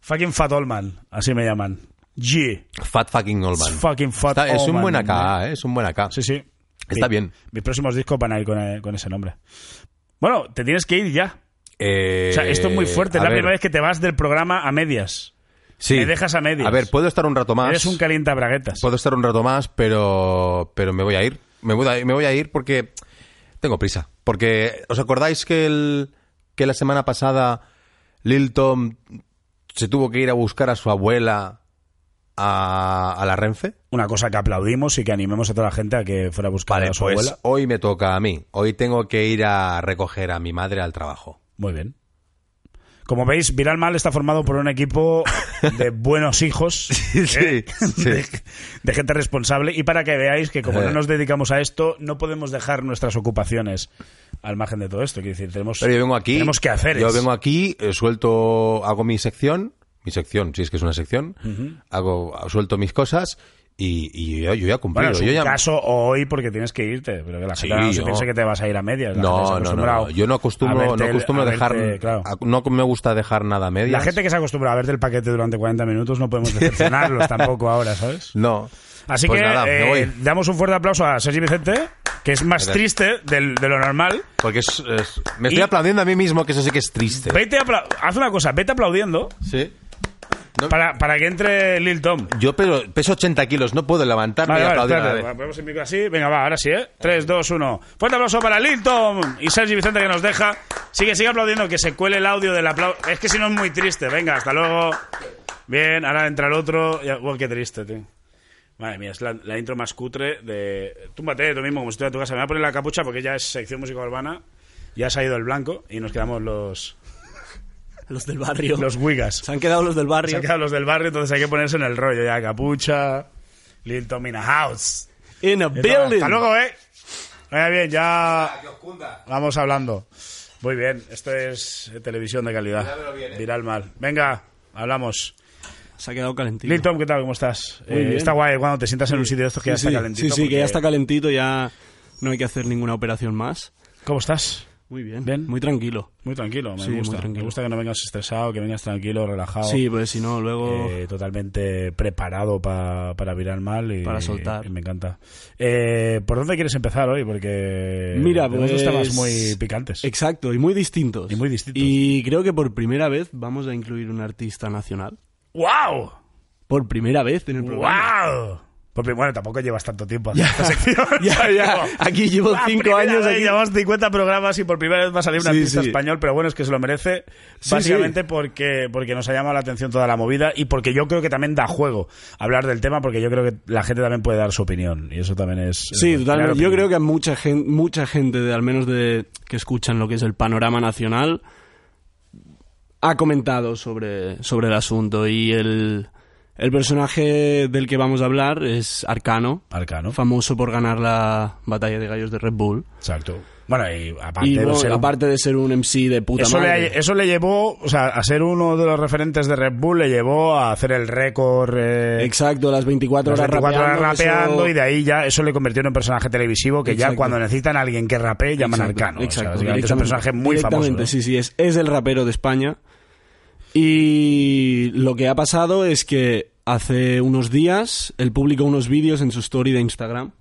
Speaker 2: Fucking fat old man, así me llaman. G.
Speaker 1: Fat fucking old man.
Speaker 2: Fucking fat
Speaker 1: Está- es
Speaker 2: old
Speaker 1: un
Speaker 2: man.
Speaker 1: buen AK, ¿eh? es un buen AK.
Speaker 2: Sí, sí.
Speaker 1: Está
Speaker 2: Mi-
Speaker 1: bien.
Speaker 2: Mis próximos discos van a ir con, eh, con ese nombre. Bueno, te tienes que ir ya.
Speaker 1: Eh,
Speaker 2: O sea, esto es muy fuerte.
Speaker 1: a
Speaker 2: Es la
Speaker 1: ver,
Speaker 2: primera vez que te vas del programa a medias.
Speaker 1: sí.
Speaker 2: me dejas a medias.
Speaker 1: A ver, puedo estar un rato más. Pues-
Speaker 2: Eres un calientabraguetas.
Speaker 1: Puedo estar un rato más, pero, pero me voy a ir. Me voy a, me voy a ir porque tengo prisa. Porque, ¿os acordáis que, el, que la semana pasada Lil Tom se tuvo que ir a buscar a su abuela a, a la Renfe?
Speaker 2: Una cosa que aplaudimos y que animemos a toda la gente a que fuera a buscar
Speaker 1: Vale,
Speaker 2: a su
Speaker 1: pues
Speaker 2: abuela.
Speaker 1: hoy me toca a mí. Hoy tengo que ir a recoger a mi madre al trabajo.
Speaker 2: Muy bien. Como veis, Viral Mal está formado por un equipo
Speaker 1: [LAUGHS]
Speaker 2: de buenos hijos,
Speaker 1: [LAUGHS]
Speaker 2: ¿eh?
Speaker 1: sí,
Speaker 2: de, de gente responsable, y para que veáis que como
Speaker 1: Eh.
Speaker 2: no nos dedicamos a esto, no podemos dejar nuestras ocupaciones al margen de todo esto. Quiero decir, tenemos,
Speaker 1: Pero yo vengo aquí.
Speaker 2: tenemos que hacer.
Speaker 1: Yo
Speaker 2: es-
Speaker 1: vengo aquí, eh, suelto, hago mi sección, mi sección, si es que es una sección, hago, suelto mis cosas y, y yo, yo ya he
Speaker 2: bueno,
Speaker 1: cumplido.
Speaker 2: es
Speaker 1: yo
Speaker 2: un
Speaker 1: ya-
Speaker 2: caso hoy porque tienes que irte, pero que la gente
Speaker 1: Sí,
Speaker 2: no se
Speaker 1: no.
Speaker 2: piense que te vas a ir a medias. la gente se
Speaker 1: No,
Speaker 2: ha
Speaker 1: no, no,
Speaker 2: acostumbrado
Speaker 1: no. Yo no
Speaker 2: a
Speaker 1: acostumbro,
Speaker 2: verte
Speaker 1: no
Speaker 2: el-
Speaker 1: acostumbro
Speaker 2: a
Speaker 1: dejar,
Speaker 2: verte, claro.
Speaker 1: a- no me gusta dejar nada a medias.
Speaker 2: La gente que se acostumbra a verte el paquete durante 40 minutos no
Speaker 1: [LAUGHS]
Speaker 2: podemos decepcionarlos tampoco ahora, ¿sabes?
Speaker 1: No.
Speaker 2: Así
Speaker 1: Pues
Speaker 2: que
Speaker 1: nada, me
Speaker 2: eh,
Speaker 1: voy.
Speaker 2: damos un fuerte aplauso a Sergi Vicente, que es más
Speaker 1: Gracias.
Speaker 2: triste del- de lo normal.
Speaker 1: Porque es- es- me
Speaker 2: Y-
Speaker 1: estoy aplaudiendo a mí mismo, que eso sí que es triste.
Speaker 2: Vete apla- haz una cosa, vete aplaudiendo
Speaker 1: Sí. No-
Speaker 2: para, para que entre Lil Tom.
Speaker 1: Yo pero, peso 80 kilos, no puedo levantarme
Speaker 2: Vale,
Speaker 1: y
Speaker 2: vale,
Speaker 1: aplaudir a la
Speaker 2: espérate,
Speaker 1: vez.
Speaker 2: ponemos el micro así. Venga, va, ahora sí, ¿eh? 3, 2, 1. Fuerte aplauso para Lil Tom y Sergi Vicente que nos deja. Sigue, sigue aplaudiendo, que se cuele el audio del aplauso. Es que si no es muy triste. Venga, hasta luego. Bien, ahora entra el otro. Ya- Uy, qué triste, tío. Madre mía, es la, la intro más cutre de... Túmbate tú mismo, como si estuviera en tu casa. Me voy a poner la capucha porque ya es sección música urbana. Ya se ha ido el blanco y nos quedamos los...
Speaker 3: Los del barrio.
Speaker 2: Los Wigas.
Speaker 3: Se han quedado los del
Speaker 2: Se
Speaker 3: barrio.
Speaker 2: han quedado los del barrio, entonces hay que ponerse en el rollo ya. Capucha, Lil Tommy in a house.
Speaker 3: In a building.
Speaker 2: Hasta luego, ¿eh? Vaya bien, ya vamos hablando. Muy bien, esto es eh, televisión de calidad. Viral mal. Venga, hablamos.
Speaker 3: Se ha quedado calentito.
Speaker 2: Lil Tom, ¿qué tal? ¿Cómo estás?
Speaker 3: Muy
Speaker 2: Eh,
Speaker 3: bien.
Speaker 2: está guay cuando te sientas en un sitio de estos que ya
Speaker 3: sí,
Speaker 2: está
Speaker 3: sí,
Speaker 2: calentito.
Speaker 3: Sí, sí, que ya
Speaker 2: porque-
Speaker 3: está calentito, ya no hay que hacer ninguna operación más.
Speaker 2: ¿Cómo estás?
Speaker 3: Muy
Speaker 2: Bien.
Speaker 3: Muy tranquilo.
Speaker 2: Muy tranquilo, me
Speaker 3: Sí, muy
Speaker 2: gusta.
Speaker 3: tranquilo.
Speaker 2: Me gusta que no vengas estresado, que vengas tranquilo, relajado.
Speaker 3: Sí, pues si no, luego...
Speaker 2: eh, totalmente preparado pa- para virar mal y
Speaker 3: Para soltar.
Speaker 2: y me encanta. Eh, ¿Por dónde quieres empezar hoy? Porque
Speaker 3: Mira,
Speaker 2: tenemos dos
Speaker 3: pues-
Speaker 2: temas muy picantes.
Speaker 3: Exacto, y muy distintos.
Speaker 2: Y muy distintos.
Speaker 3: Y creo que por primera vez vamos a incluir un artista nacional.
Speaker 2: ¡Wow!
Speaker 3: Por primera vez en el programa.
Speaker 2: ¡Wow! Porque, Pues, bueno, tampoco llevas tanto tiempo haciendo esta sección.
Speaker 3: [LAUGHS] Ya, ya.
Speaker 2: Digo,
Speaker 3: Aquí llevo
Speaker 2: la
Speaker 3: cinco
Speaker 2: primera
Speaker 3: años
Speaker 2: vez
Speaker 3: aquí.
Speaker 2: Llevamos 50 programas y por primera vez va a salir un
Speaker 3: Sí,
Speaker 2: artista
Speaker 3: sí.
Speaker 2: español, pero bueno, es que se lo merece.
Speaker 3: Sí,
Speaker 2: Básicamente Porque, porque nos ha llamado la atención toda la movida y porque yo creo que también da juego hablar del tema, porque yo creo que la gente también puede dar su opinión. Y eso también es.
Speaker 3: Sí,
Speaker 2: es-
Speaker 3: totalmente.
Speaker 2: crear
Speaker 3: Yo creo
Speaker 2: opinión.
Speaker 3: que a mucha gente, mucha gente de al menos de que escuchan lo que es el panorama nacional ha comentado sobre, sobre el asunto y el, el personaje del que vamos a hablar es Arcano,
Speaker 2: Arcano.
Speaker 3: famoso por ganar la batalla de gallos de Red Bull.
Speaker 2: Exacto. Bueno, y aparte
Speaker 3: y
Speaker 2: de
Speaker 3: bueno,
Speaker 2: ser un-
Speaker 3: aparte de ser un MC de puta
Speaker 2: Eso
Speaker 3: madre.
Speaker 2: le, eso le llevó, o sea, a ser uno de los referentes de Red Bull, le llevó a hacer el récord eh,
Speaker 3: Exacto, las 24
Speaker 2: Las
Speaker 3: horas
Speaker 2: 24 horas
Speaker 3: rapeando. eso-
Speaker 2: rapeando y de ahí ya eso le convirtió en un personaje televisivo que ya
Speaker 3: Exacto.
Speaker 2: cuando necesitan a alguien que rapee llaman
Speaker 3: Exacto,
Speaker 2: arcano. O sea,
Speaker 3: Exacto.
Speaker 2: básicamente es un
Speaker 3: directamente.
Speaker 2: personaje muy famoso.
Speaker 3: Directamente,
Speaker 2: ¿no?
Speaker 3: sí, sí, es, es el rapero de España. Y lo que ha pasado es que hace unos días él publicó unos vídeos en su story de Instagram.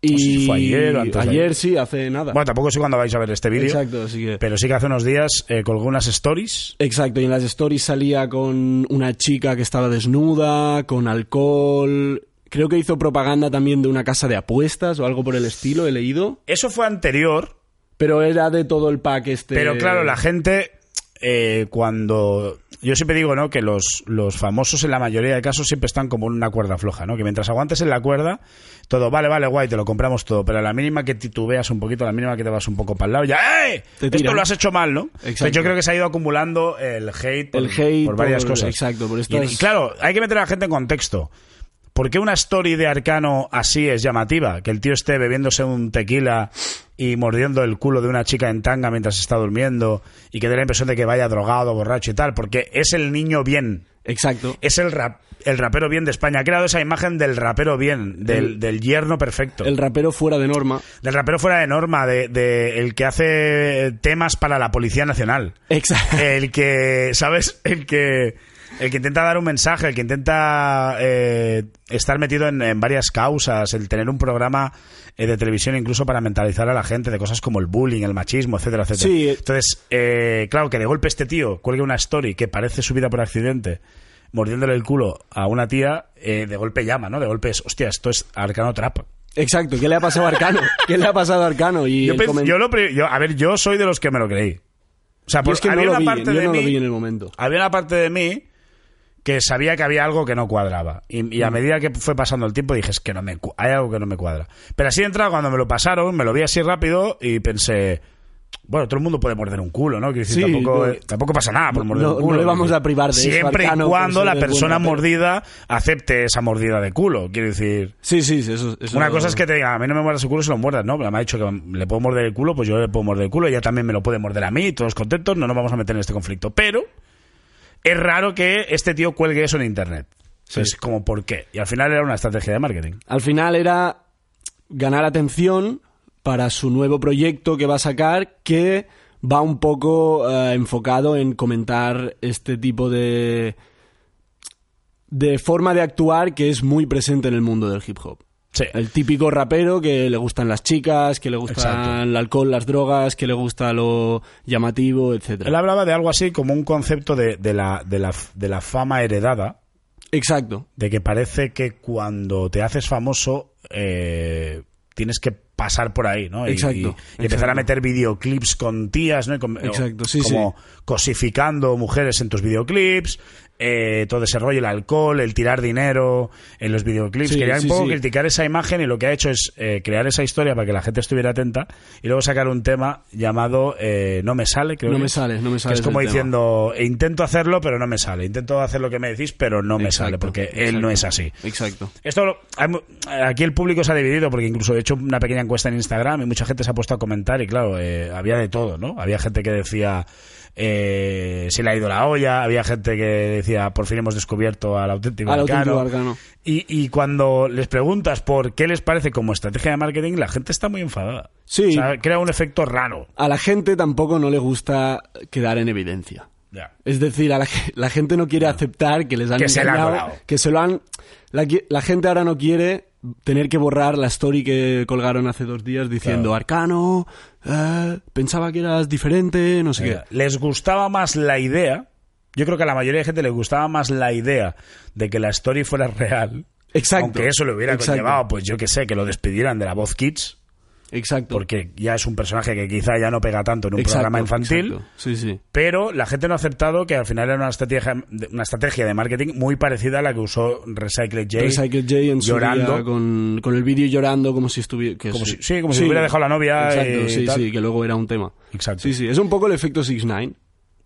Speaker 3: Y
Speaker 2: No sé si Pues fue ayer o antes de
Speaker 3: ayer
Speaker 2: ayer.
Speaker 3: sí, hace nada.
Speaker 2: Bueno, tampoco sé cuándo vais a ver este vídeo,
Speaker 3: Exacto, así que-
Speaker 2: pero sí que hace unos días eh, colgó unas stories.
Speaker 3: Exacto, y en las stories salía con una chica que estaba desnuda, con alcohol. Creo que hizo propaganda también de una casa de apuestas o algo por el estilo, he leído.
Speaker 2: Eso fue anterior,
Speaker 3: Pero era de todo el pack este.
Speaker 2: Pero claro, la gente eh, cuando... Yo siempre digo, ¿no? Que los, los famosos en la mayoría de casos siempre están como en una cuerda floja, ¿no? Que mientras aguantes en la cuerda, todo, vale, vale, guay, te lo compramos todo. Pero a la mínima que titubeas un poquito, a la mínima que te vas un poco para el lado, ya, ¡eh!
Speaker 3: Te
Speaker 2: Esto
Speaker 3: tiran.
Speaker 2: lo has hecho mal, ¿no?
Speaker 3: Exacto.
Speaker 2: Entonces yo creo que se ha ido acumulando el hate,
Speaker 3: El hate
Speaker 2: por varias
Speaker 3: por-
Speaker 2: cosas.
Speaker 3: exacto, por
Speaker 2: Y-
Speaker 3: estas-
Speaker 2: y claro, hay que meter a la gente en contexto. ¿Por qué una story de Arcano así es llamativa? Que el tío esté bebiéndose un tequila y mordiendo el culo de una chica en tanga mientras está durmiendo y que dé la impresión de que vaya drogado, borracho y tal, porque es el niño bien,
Speaker 3: Exacto.
Speaker 2: es el, rap- el rapero bien de España. Ha creado esa imagen del rapero bien, del, del yerno perfecto.
Speaker 3: El rapero fuera de norma.
Speaker 2: Del rapero fuera de norma, de, de el que hace temas para la Policía Nacional
Speaker 3: Exacto.
Speaker 2: el que, ¿sabes? El que, el que intenta dar un mensaje, el que intenta eh, estar metido en, en varias causas, el tener un programa eh, de televisión incluso para mentalizar a la gente de cosas como el bullying, el machismo, etcétera, etcétera.
Speaker 3: Sí.
Speaker 2: Entonces, eh, claro, que de golpe este tío cuelgue una story que parece subida por accidente mordiéndole el culo a una tía, eh, de golpe llama, ¿no? De golpe es, hostia, esto es Arcano Trap.
Speaker 3: [LAUGHS] Exacto, ¿qué le ha pasado a Arcano? ¿Qué le ha pasado a Arcano? Y
Speaker 2: Yo,
Speaker 3: el
Speaker 2: pens-
Speaker 3: comen-
Speaker 2: yo lo pri- yo- a ver, yo soy de los que me lo creí. O sea,
Speaker 3: Yo
Speaker 2: porque
Speaker 3: es que no,
Speaker 2: había
Speaker 3: lo
Speaker 2: una
Speaker 3: vi,
Speaker 2: parte
Speaker 3: yo
Speaker 2: de
Speaker 3: no lo
Speaker 2: mí-
Speaker 3: vi en el momento.
Speaker 2: había una parte de mí que sabía que había algo que no cuadraba. Y,
Speaker 3: Mm.
Speaker 2: y a medida que fue pasando el tiempo dije, es que no me cu- hay algo que no me cuadra. Pero así de entrada, cuando me lo pasaron, me lo vi así rápido y pensé, bueno, todo el mundo puede morder un culo, ¿no? Quiero decir,
Speaker 3: Sí,
Speaker 2: tampoco,
Speaker 3: no.
Speaker 2: eh, tampoco pasa nada por morder
Speaker 3: No-
Speaker 2: un culo.
Speaker 3: no le vamos a privar de eso,
Speaker 2: Siempre
Speaker 3: Arcano,
Speaker 2: y
Speaker 3: por
Speaker 2: cuando
Speaker 3: ser
Speaker 2: la
Speaker 3: el buen
Speaker 2: persona
Speaker 3: rapero.
Speaker 2: mordida acepte esa mordida de culo. Quiero decir...
Speaker 3: Sí, sí, sí, eso, eso-
Speaker 2: Una cosa es que te diga, a mí no me muerdas el culo, se lo muerdas, ¿no? Pero me ha dicho que le puedo morder el culo, pues yo le puedo morder el culo, ella también me lo puede morder a mí, todos contentos, no nos vamos a meter en este conflicto. Pero es raro que este tío cuelgue eso en internet. Es como, ¿por qué? Y al final era una estrategia de marketing.
Speaker 3: Al final era ganar atención para su nuevo proyecto que va a sacar, que va un poco eh, enfocado en comentar este tipo de... de forma de actuar que es muy presente en el mundo del hip hop.
Speaker 2: Sí.
Speaker 3: El típico rapero que le gustan las chicas, que le gustan
Speaker 2: Exacto.
Speaker 3: el alcohol, las drogas, que le gusta lo llamativo, etcétera.
Speaker 2: Él hablaba de algo así como un concepto de, de la, de, la, de la fama heredada,
Speaker 3: Exacto.
Speaker 2: de que parece que cuando te haces famoso eh, tienes que pasar por ahí, ¿no? Y,
Speaker 3: Exacto,
Speaker 2: y- y
Speaker 3: exacto.
Speaker 2: empezar a meter videoclips con tías, ¿no? Y con-
Speaker 3: Exacto,
Speaker 2: o-
Speaker 3: sí,
Speaker 2: como cosificando mujeres en tus videoclips, eh, todo ese rollo, el alcohol, el tirar dinero en los videoclips.
Speaker 3: Sí,
Speaker 2: Quería
Speaker 3: sí,
Speaker 2: un poco
Speaker 3: sí.
Speaker 2: criticar esa imagen y lo que ha hecho es eh, crear esa historia para que la gente estuviera atenta y luego sacar un tema llamado eh, No me sale, creo
Speaker 3: No
Speaker 2: que
Speaker 3: me
Speaker 2: es.
Speaker 3: sale, no me
Speaker 2: Que
Speaker 3: sale.
Speaker 2: es como
Speaker 3: del tema.
Speaker 2: diciendo, "E intento hacerlo, pero no me sale. Intento hacer lo que me decís, pero no me
Speaker 3: Exacto,
Speaker 2: sale, porque él
Speaker 3: exacto.
Speaker 2: no es así.
Speaker 3: Exacto.
Speaker 2: Esto lo- hay mu- aquí el público se ha dividido porque incluso he hecho una pequeña encuesta en Instagram y mucha gente se ha puesto a comentar y claro, eh, había de todo, ¿no? Había gente que decía eh, se le ha ido la olla, había gente que decía por fin hemos descubierto al auténtico
Speaker 3: Al
Speaker 2: Arcano".
Speaker 3: auténtico Arcano.
Speaker 2: Y, y cuando les preguntas por qué les parece como estrategia de marketing, la gente está muy enfadada.
Speaker 3: Sí.
Speaker 2: O sea, crea un efecto raro.
Speaker 3: A la gente tampoco no le gusta quedar en evidencia.
Speaker 2: Ya.
Speaker 3: Es decir, a la, ge- la gente no quiere aceptar que les han
Speaker 2: Que se la han
Speaker 3: engañado,
Speaker 2: colado.
Speaker 3: que se lo han la, qui- la gente ahora no quiere tener que borrar la story que colgaron hace dos días diciendo Arcano, eh, pensaba que eras diferente, no sé qué.
Speaker 2: Mira, Les gustaba más la idea. Yo creo que a la mayoría de gente le gustaba más la idea de que la story fuera real.
Speaker 3: Exacto.
Speaker 2: Aunque eso le hubiera
Speaker 3: Exacto.
Speaker 2: conllevado, pues yo que sé, que lo despidieran de la voz Kids,
Speaker 3: Exacto.
Speaker 2: porque ya es un personaje que quizá ya no pega tanto en un
Speaker 3: Exacto,
Speaker 2: programa infantil.
Speaker 3: exacto. Sí, sí.
Speaker 2: Pero la gente no ha aceptado que al final era una estrategia, una estrategia de marketing muy parecida a la que usó Recycle J.
Speaker 3: Recycle J en su
Speaker 2: llorando.
Speaker 3: día con, con el vídeo llorando como si estuviera... que
Speaker 2: Como si- sí, como si hubiera dejado la novia
Speaker 3: Exacto,
Speaker 2: y
Speaker 3: sí,
Speaker 2: tal.
Speaker 3: sí, que luego era un tema.
Speaker 2: Exacto.
Speaker 3: Sí, sí, es un poco el efecto 6ix9ine.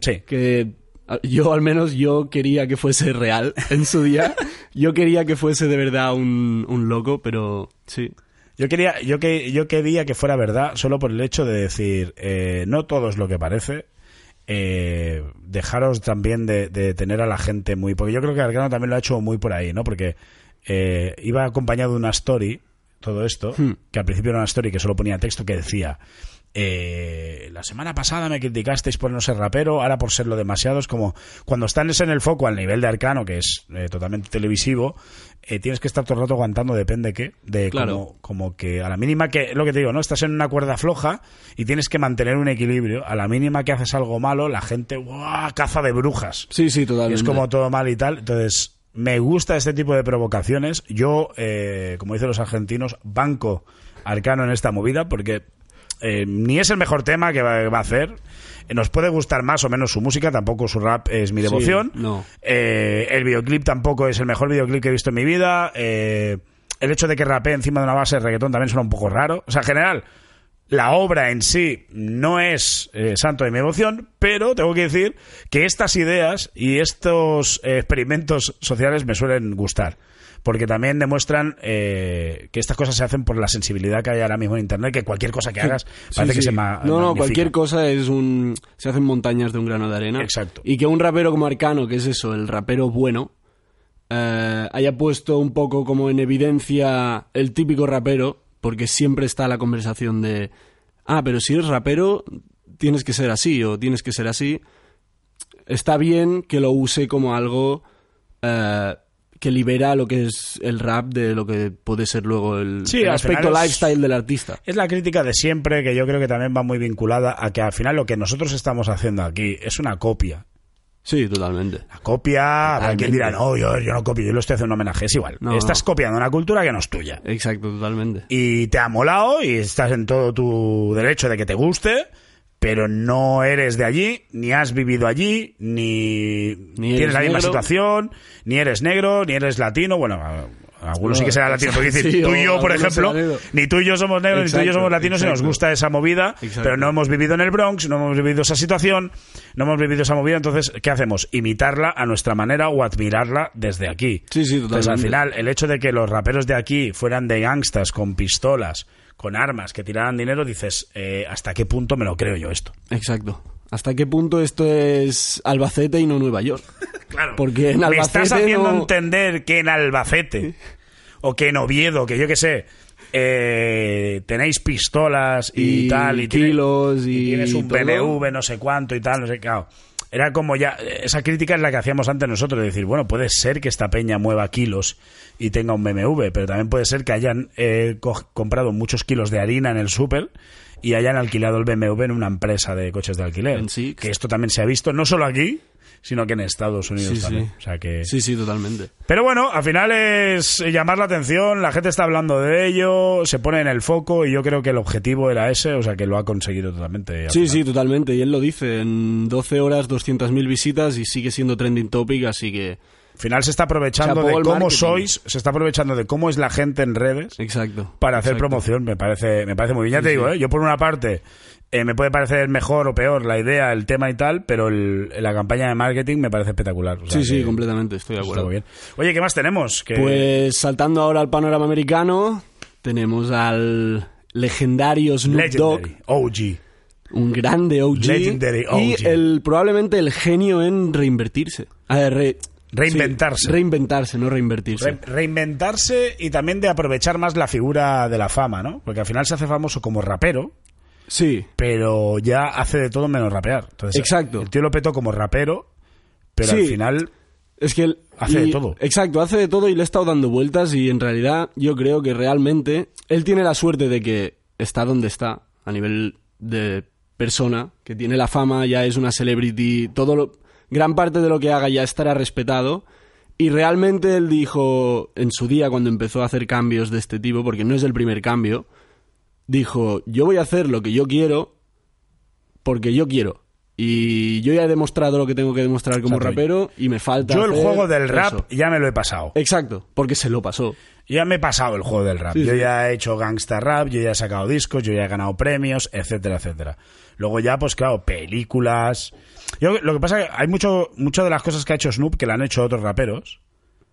Speaker 2: Sí.
Speaker 3: que a- yo al menos yo quería que fuese real [LAUGHS] en su día. Yo quería que fuese de verdad un, un loco, pero sí.
Speaker 2: Yo quería, yo que, yo quería que fuera verdad solo por el hecho de decir, eh, no todo es lo que parece. eh, dejaros también de, de tener a la gente muy, porque yo creo que Arcano también lo ha hecho muy por ahí, ¿no? Porque eh, iba acompañado de una story, todo esto, que al principio era una story que solo ponía texto que decía. eh, la semana pasada me criticasteis por no ser rapero, ahora por serlo demasiado. Es como cuando estás en el foco al nivel de Arcano, que es eh, totalmente televisivo, eh, tienes que estar todo el rato aguantando, depende qué, de
Speaker 3: Claro.
Speaker 2: cómo, como que a la mínima que es lo que te digo, ¿no? Estás en una cuerda floja y tienes que mantener un equilibrio. A la mínima que haces algo malo, la gente ¡buah! caza de brujas.
Speaker 3: Sí, sí,
Speaker 2: Y
Speaker 3: totalmente.
Speaker 2: es como todo mal y tal. Entonces, me gusta este tipo de provocaciones. Yo, eh, como dicen los argentinos, banco arcano en esta movida porque eh, ni es el mejor tema que va, va a hacer. Eh, Nos puede gustar más o menos su música, tampoco su rap es mi
Speaker 3: Sí,
Speaker 2: devoción.
Speaker 3: no.
Speaker 2: Eh, el videoclip tampoco es el mejor videoclip que he visto en mi vida. Eh, el hecho de que rapee encima de una base de reggaetón también suena un poco raro. O sea, en general, la obra en sí no es eh, santo de mi devoción, pero tengo que decir que estas ideas y estos eh, experimentos sociales me suelen gustar. Porque también demuestran eh, que estas cosas se hacen por la sensibilidad que hay ahora mismo en Internet, que cualquier cosa que hagas
Speaker 3: Sí,
Speaker 2: parece que
Speaker 3: sí.
Speaker 2: se ma
Speaker 3: No, no,
Speaker 2: magnifica.
Speaker 3: cualquier cosa es un. Se hacen montañas de un grano de arena.
Speaker 2: Exacto.
Speaker 3: Y que un rapero como Arcano, que es eso, el rapero bueno, eh, haya puesto un poco como en evidencia el típico rapero, porque siempre está la conversación de. Ah, pero si eres rapero, tienes que ser así o tienes que ser así. Está bien que lo use como algo. eh, que libera lo que es el rap de lo que puede ser luego el,
Speaker 2: Sí,
Speaker 3: el
Speaker 2: al
Speaker 3: aspecto
Speaker 2: final es-
Speaker 3: lifestyle del artista.
Speaker 2: Es la crítica de siempre, que yo creo que también va muy vinculada a que al final lo que nosotros estamos haciendo aquí es una copia.
Speaker 3: Sí, totalmente.
Speaker 2: La copia, habrá quien
Speaker 3: Totalmente.
Speaker 2: dirá, no, yo, yo no copio, yo lo estoy haciendo un homenaje, es igual.
Speaker 3: No,
Speaker 2: Estás
Speaker 3: no.
Speaker 2: copiando una cultura que no es tuya.
Speaker 3: Exacto, totalmente.
Speaker 2: y te ha molado y estás en todo tu derecho de que te guste, pero no eres de allí, ni has vivido allí, ni,
Speaker 3: Ni
Speaker 2: tienes
Speaker 3: eres
Speaker 2: la misma
Speaker 3: negro.
Speaker 2: situación, ni eres negro, ni eres latino, bueno... a- Algunos sí que serán
Speaker 3: [LAUGHS]
Speaker 2: latinos, porque
Speaker 3: Ah, Sí,
Speaker 2: decir, tú y
Speaker 3: o
Speaker 2: yo, por
Speaker 3: algunos
Speaker 2: ejemplo,
Speaker 3: serán negro.
Speaker 2: ni tú y yo somos negros, ni tú y yo
Speaker 3: Exacto,
Speaker 2: somos latinos y nos
Speaker 3: exacto.
Speaker 2: gusta esa movida,
Speaker 3: Exacto.
Speaker 2: pero no hemos vivido en el Bronx, no hemos vivido esa situación, no hemos vivido esa movida, entonces, ¿qué hacemos? Imitarla a nuestra manera o admirarla desde aquí.
Speaker 3: Sí, sí,
Speaker 2: Entonces, Pues al
Speaker 3: totalmente.
Speaker 2: final, el hecho de que los raperos de aquí fueran de gangstas con pistolas, con armas, que tiraran dinero, dices, eh, ¿hasta qué punto me lo creo yo esto?
Speaker 3: Exacto. ¿Hasta qué punto esto es Albacete y no Nueva York?
Speaker 2: [LAUGHS] Claro.
Speaker 3: Porque en
Speaker 2: me estás
Speaker 3: Albacete
Speaker 2: haciendo
Speaker 3: no-
Speaker 2: entender que en Albacete o que en Oviedo, que yo qué sé, eh, tenéis pistolas y,
Speaker 3: Y
Speaker 2: tal y
Speaker 3: kilos y
Speaker 2: tienes un
Speaker 3: todo.
Speaker 2: BMV no sé cuánto y tal, no sé, claro. Era como ya, esa crítica es la que hacíamos antes nosotros, de decir, bueno, puede ser que esta peña mueva kilos y tenga un BMW, pero también puede ser que hayan eh, co- comprado muchos kilos de harina en el súper y hayan alquilado el BMW en una empresa de coches de alquiler.
Speaker 3: En Six.
Speaker 2: Que esto también se ha visto, no solo aquí, sino que en Estados Unidos
Speaker 3: Sí,
Speaker 2: también.
Speaker 3: sí.
Speaker 2: O sea que...
Speaker 3: [LAUGHS] Sí, sí, totalmente.
Speaker 2: Pero bueno, al final es eh, llamar la atención, la gente está hablando de ello, se pone en el foco y yo creo que el objetivo era ese, o sea que lo ha conseguido totalmente. al
Speaker 3: Sí,
Speaker 2: final.
Speaker 3: sí, totalmente. Y él lo dice, en 12 horas 200.000 visitas y sigue siendo trending topic, así que...
Speaker 2: Al final se está aprovechando
Speaker 3: Chapó
Speaker 2: de
Speaker 3: al
Speaker 2: cómo
Speaker 3: marketing.
Speaker 2: sois, se está aprovechando de cómo es la gente en redes
Speaker 3: Exacto.
Speaker 2: para hacer
Speaker 3: exacto.
Speaker 2: promoción, me parece, me parece muy bien. Ya te digo, ¿eh? yo por una parte eh, me puede parecer mejor o peor la idea, el tema y tal, pero el- la campaña de marketing me parece espectacular. o sea
Speaker 3: Sí, sí,
Speaker 2: que
Speaker 3: completamente, estoy de
Speaker 2: está
Speaker 3: acuerdo.
Speaker 2: muy bien. Oye, ¿qué más tenemos? Que-
Speaker 3: Pues saltando ahora al panorama americano, tenemos al legendario Snoop Dogg,
Speaker 2: Legendary, OG.
Speaker 3: un grande OG,
Speaker 2: Legendary
Speaker 3: y
Speaker 2: OG.
Speaker 3: el probablemente el genio en reinvertirse. Ah, eh, re-
Speaker 2: Reinventarse.
Speaker 3: sí, reinventarse, no reinvertirse.
Speaker 2: Re- reinventarse y también de aprovechar más la figura de la fama, ¿no? Porque al final se hace famoso como rapero,
Speaker 3: sí,
Speaker 2: pero ya hace de todo menos rapear. Entonces,
Speaker 3: Exacto.
Speaker 2: El tío lo petó como rapero, pero
Speaker 3: Sí.
Speaker 2: al final
Speaker 3: es que... el-
Speaker 2: Hace
Speaker 3: y-
Speaker 2: de todo.
Speaker 3: Exacto, hace de todo y le he estado dando vueltas y en realidad yo creo que realmente él tiene la suerte de que está donde está a nivel de persona, que tiene la fama, ya es una celebrity, todo lo- gran parte de lo que haga ya estará respetado. Y realmente él dijo en su día cuando empezó a hacer cambios de este tipo, porque no es el primer cambio, dijo, yo voy a hacer lo que yo quiero porque yo quiero. Y yo ya he demostrado lo que tengo que demostrar como
Speaker 2: Exacto.
Speaker 3: rapero y me falta...
Speaker 2: yo el
Speaker 3: hacer
Speaker 2: juego del rap
Speaker 3: eso". Eh.
Speaker 2: ya me lo he pasado.
Speaker 3: Exacto, porque se lo pasó.
Speaker 2: Ya me he pasado el juego del rap.
Speaker 3: Sí,
Speaker 2: yo
Speaker 3: sí.
Speaker 2: ya he hecho gangsta rap, yo ya he sacado discos, yo ya he ganado premios, etcétera, etcétera. Luego ya, pues claro, películas. Yo, lo que pasa es que hay mucho, muchas de las cosas que ha hecho Snoop que la han hecho otros raperos.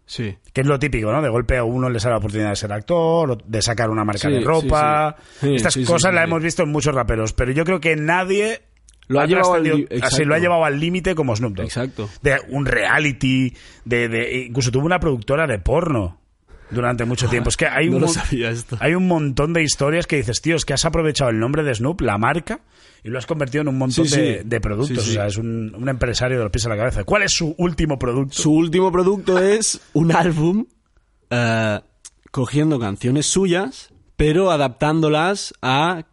Speaker 3: Sí.
Speaker 2: Que es lo típico, ¿no? De golpe a uno le sale la oportunidad de ser actor, o de sacar una marca
Speaker 3: Sí,
Speaker 2: de
Speaker 3: sí,
Speaker 2: ropa.
Speaker 3: sí. Sí,
Speaker 2: Estas
Speaker 3: sí, sí,
Speaker 2: cosas
Speaker 3: sí,
Speaker 2: las
Speaker 3: sí.
Speaker 2: hemos visto en muchos raperos, pero yo creo que nadie
Speaker 3: Lo ha llevado al
Speaker 2: trascendido-
Speaker 3: li-
Speaker 2: así, lo
Speaker 3: exacto.
Speaker 2: ha llevado al límite como Snoop Dogg.
Speaker 3: Exacto.
Speaker 2: De un reality, de, de- incluso tuvo una productora de porno durante mucho tiempo. Es que hay
Speaker 3: Ah, No
Speaker 2: un
Speaker 3: lo
Speaker 2: mon-
Speaker 3: sabía esto.
Speaker 2: hay un montón de historias que dices, tío, es que has aprovechado el nombre de Snoop, la marca, y lo has convertido en un montón
Speaker 3: Sí, sí.
Speaker 2: de, de productos.
Speaker 3: Sí, sí.
Speaker 2: O sea, es un, un empresario de los pies a la cabeza. ¿Cuál es su último producto?
Speaker 3: Su último producto es un álbum eh, cogiendo canciones suyas, pero adaptándolas a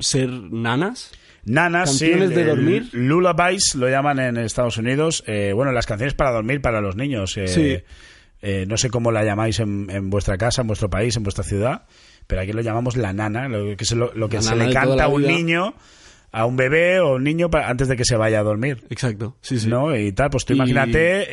Speaker 3: ser nanas.
Speaker 2: Nanas, sí.
Speaker 3: Canciones de
Speaker 2: el-
Speaker 3: dormir.
Speaker 2: Lullabies lo llaman en Estados Unidos. Eh, bueno, las canciones para dormir para los niños. eh,
Speaker 3: Sí.
Speaker 2: eh, no sé cómo la llamáis en, en vuestra casa, en vuestro país, en vuestra ciudad, pero aquí lo llamamos la nana, lo que se, lo, lo que
Speaker 3: La
Speaker 2: se
Speaker 3: nana
Speaker 2: le
Speaker 3: de toda
Speaker 2: canta
Speaker 3: la
Speaker 2: a un
Speaker 3: vida.
Speaker 2: niño, a un bebé o un niño pa- antes de que se vaya a dormir.
Speaker 3: Exacto, sí, sí.
Speaker 2: ¿no? Y tal, pues tú
Speaker 3: Y-
Speaker 2: imagínate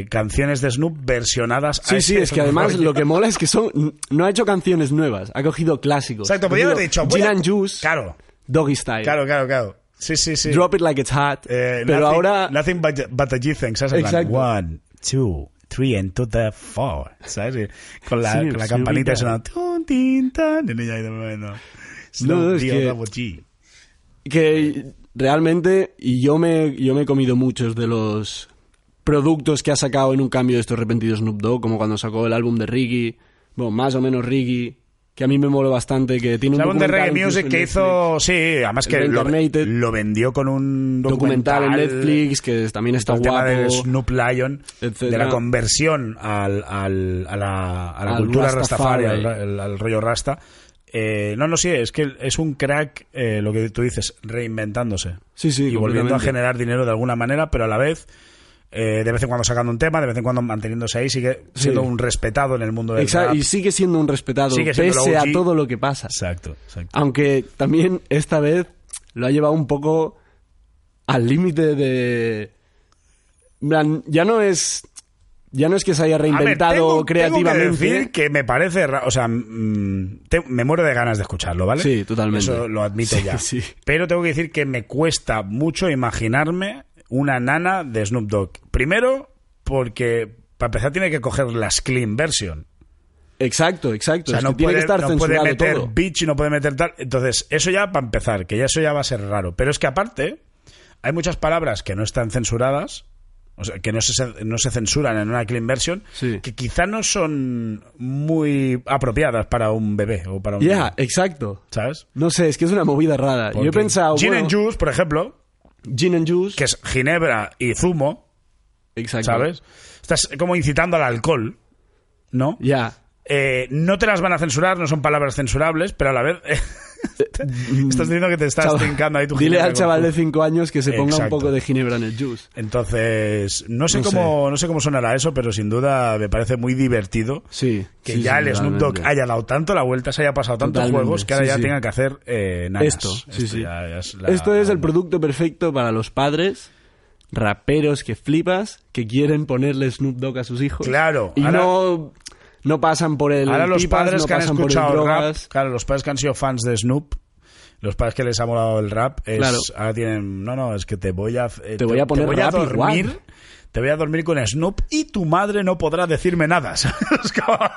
Speaker 2: eh, canciones de Snoop versionadas a
Speaker 3: Sí, sí,
Speaker 2: este
Speaker 3: es que además
Speaker 2: rollo.
Speaker 3: lo que mola es que son no ha hecho canciones nuevas, ha cogido clásicos.
Speaker 2: Exacto,
Speaker 3: Ha
Speaker 2: podía haber
Speaker 3: cogido
Speaker 2: dicho. voy
Speaker 3: Gin
Speaker 2: a-
Speaker 3: and Juice,
Speaker 2: Claro,
Speaker 3: Doggy Style,
Speaker 2: claro, claro, claro. Sí, sí, sí.
Speaker 3: Drop It Like It's Hot,
Speaker 2: Eh,
Speaker 3: pero
Speaker 2: nothing-
Speaker 3: ahora
Speaker 2: Nothing but, but a G thing, ¿sabes? En plan,
Speaker 3: Exacto.
Speaker 2: one, two, three, and to the four, ¿sabes? Y Con la,
Speaker 3: Sí,
Speaker 2: con la
Speaker 3: sí,
Speaker 2: campanita
Speaker 3: mira.
Speaker 2: sonando. tun, tin, tan, y ella ahí de momento,
Speaker 3: No, es
Speaker 2: Snoop Dogg,
Speaker 3: que-
Speaker 2: double G.
Speaker 3: que realmente y yo me yo me he comido muchos de los productos que ha sacado en un cambio de estos repentidos Snoop Dogg, como cuando sacó el álbum de Riggy, bueno, más o menos Riggy, que a mí me moló bastante que tiene
Speaker 2: El
Speaker 3: un
Speaker 2: álbum de
Speaker 3: documental
Speaker 2: reggae
Speaker 3: incluso
Speaker 2: music
Speaker 3: en
Speaker 2: que
Speaker 3: Netflix.
Speaker 2: hizo, sí, además
Speaker 3: El
Speaker 2: que lo,
Speaker 3: Reincarnated.
Speaker 2: lo vendió con un documental,
Speaker 3: documental en Netflix que también está
Speaker 2: el tema
Speaker 3: guapo.
Speaker 2: de Snoop Lion, de
Speaker 3: etcétera.
Speaker 2: la conversión al, al- a la, a la
Speaker 3: Al
Speaker 2: cultura rastafari,
Speaker 3: Rastafari.
Speaker 2: al, ra- el- al rollo rasta. Eh, no, no, sí, es que es un crack, eh, lo que tú dices, reinventándose.
Speaker 3: Sí, sí,
Speaker 2: y volviendo a
Speaker 3: completamente.
Speaker 2: generar dinero de alguna manera, pero a la vez, eh, de vez en cuando sacando un tema, de vez en cuando manteniéndose ahí, sigue siendo
Speaker 3: Sí.
Speaker 2: un respetado en el mundo del
Speaker 3: Exacto,
Speaker 2: rap.
Speaker 3: y sigue siendo un respetado
Speaker 2: Sigue siendo
Speaker 3: pese
Speaker 2: la
Speaker 3: a
Speaker 2: OG.
Speaker 3: todo lo que pasa.
Speaker 2: Exacto, exacto.
Speaker 3: Aunque también esta vez lo ha llevado un poco al límite de en plan, ya no es ya no es que se haya
Speaker 2: A ver,
Speaker 3: reinventado
Speaker 2: tengo-
Speaker 3: creativamente.
Speaker 2: Tengo que decir que me parece, ra- o sea, mm, te- me muero de ganas de escucharlo, ¿vale?
Speaker 3: Sí, totalmente.
Speaker 2: Eso lo admito
Speaker 3: Sí,
Speaker 2: ya.
Speaker 3: [LAUGHS] sí.
Speaker 2: Pero tengo que decir que me cuesta mucho imaginarme una nana de Snoop Dogg. Primero, porque para empezar tiene que coger las clean version.
Speaker 3: Exacto,
Speaker 2: O
Speaker 3: exacto.
Speaker 2: sea,
Speaker 3: Es
Speaker 2: no
Speaker 3: que tiene
Speaker 2: puede,
Speaker 3: que estar
Speaker 2: no puede
Speaker 3: censurado
Speaker 2: meter
Speaker 3: todo.
Speaker 2: bitch y no puede meter tal. Entonces, eso ya para empezar, que ya eso ya va a ser raro. Pero es que aparte, hay muchas palabras que no están censuradas, o sea, que no se, no se censuran en una clean version,
Speaker 3: Sí.
Speaker 2: que quizá no son muy apropiadas para un bebé o para un.
Speaker 3: Ya, exacto.
Speaker 2: ¿Sabes?
Speaker 3: No sé, es que es una movida rara. Yo he
Speaker 2: Porque
Speaker 3: pensado,
Speaker 2: Gin
Speaker 3: bueno,
Speaker 2: and Juice, por ejemplo,
Speaker 3: Gin and Juice,
Speaker 2: que es ginebra y zumo,
Speaker 3: exacto.
Speaker 2: ¿sabes? Estás como incitando al alcohol, ¿no?
Speaker 3: Ya.
Speaker 2: Eh, no te las van a censurar, no son palabras censurables, pero a la vez [LAUGHS] Estás diciendo que te estás
Speaker 3: Chaval,
Speaker 2: trincando ahí tu
Speaker 3: Dile
Speaker 2: ginebra
Speaker 3: al
Speaker 2: con
Speaker 3: chaval
Speaker 2: tu-
Speaker 3: de 5 años que se ponga
Speaker 2: Exacto.
Speaker 3: un poco de ginebra en el juice.
Speaker 2: Entonces, no sé
Speaker 3: No
Speaker 2: cómo, no sé cómo sonará eso, pero sin duda me parece muy divertido
Speaker 3: Sí.
Speaker 2: que
Speaker 3: sí,
Speaker 2: ya
Speaker 3: sí,
Speaker 2: el Snoop Dogg
Speaker 3: totalmente.
Speaker 2: haya dado tanto la vuelta, se haya pasado tantos
Speaker 3: Totalmente,
Speaker 2: juegos que ahora
Speaker 3: sí,
Speaker 2: ya
Speaker 3: sí.
Speaker 2: tenga que hacer eh, nanas.
Speaker 3: Esto, sí, sí.
Speaker 2: ya- ya es la-
Speaker 3: Esto es
Speaker 2: la
Speaker 3: el
Speaker 2: onda.
Speaker 3: producto perfecto para los padres, raperos que flipas, que quieren ponerle Snoop Dogg a sus hijos.
Speaker 2: Claro,
Speaker 3: Y
Speaker 2: ahora-
Speaker 3: no, no pasan por el.
Speaker 2: Ahora los
Speaker 3: pipas,
Speaker 2: padres
Speaker 3: no
Speaker 2: que han
Speaker 3: pasan por el
Speaker 2: escuchado rap,
Speaker 3: drogas.
Speaker 2: claro, los padres que han sido fans de Snoop, los padres que les ha molado el rap, es-
Speaker 3: Claro.
Speaker 2: ahora tienen, no, no, es que te voy a, eh,
Speaker 3: Te voy a poner
Speaker 2: voy a
Speaker 3: rap igual.
Speaker 2: dormir, te voy a dormir con Snoop y tu madre no podrá decirme nada, [LAUGHS] ¿sabes? Como, tu madre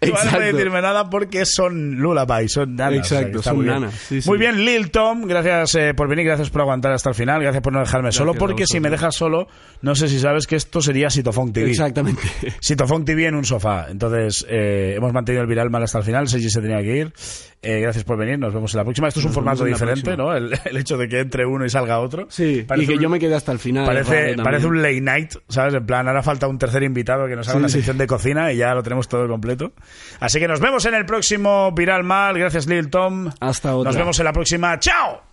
Speaker 2: no
Speaker 3: Exacto.
Speaker 2: puede decirme nada porque son lullabies, son nanas. o sea, que
Speaker 3: Exacto,
Speaker 2: está
Speaker 3: son
Speaker 2: muy bien.
Speaker 3: nanas, sí, sí.
Speaker 2: Muy bien, Lil Tom, gracias eh, por venir, gracias por aguantar hasta el final, gracias por no dejarme solo,
Speaker 3: a
Speaker 2: porque si
Speaker 3: vosotros.
Speaker 2: me dejas solo, no sé si sabes que esto sería Sitofunk TV.
Speaker 3: Exactamente.
Speaker 2: Sitofunk TV en un sofá. Entonces, eh, hemos mantenido el viral mal hasta el final. Seiji se tenía que ir. Eh, gracias por venir. Nos vemos en la próxima. Esto es un
Speaker 3: Nos
Speaker 2: formato
Speaker 3: vemos en la
Speaker 2: diferente, ¿no? El, [LAUGHS] el hecho de que entre uno y salga otro.
Speaker 3: Sí, y
Speaker 2: Parece
Speaker 3: que
Speaker 2: un-
Speaker 3: yo me quedé hasta el final. raro
Speaker 2: Parece,
Speaker 3: también.
Speaker 2: parece un late night, ¿sabes? En plan, ahora falta un tercer invitado que nos haga
Speaker 3: Sí,
Speaker 2: la
Speaker 3: sí.
Speaker 2: sección de cocina y ya lo tenemos todo completo. Así que nos vemos en el próximo Viral Mal. Gracias, Lil Tom.
Speaker 3: Hasta otra.
Speaker 2: Nos vemos en la próxima. ¡Chao!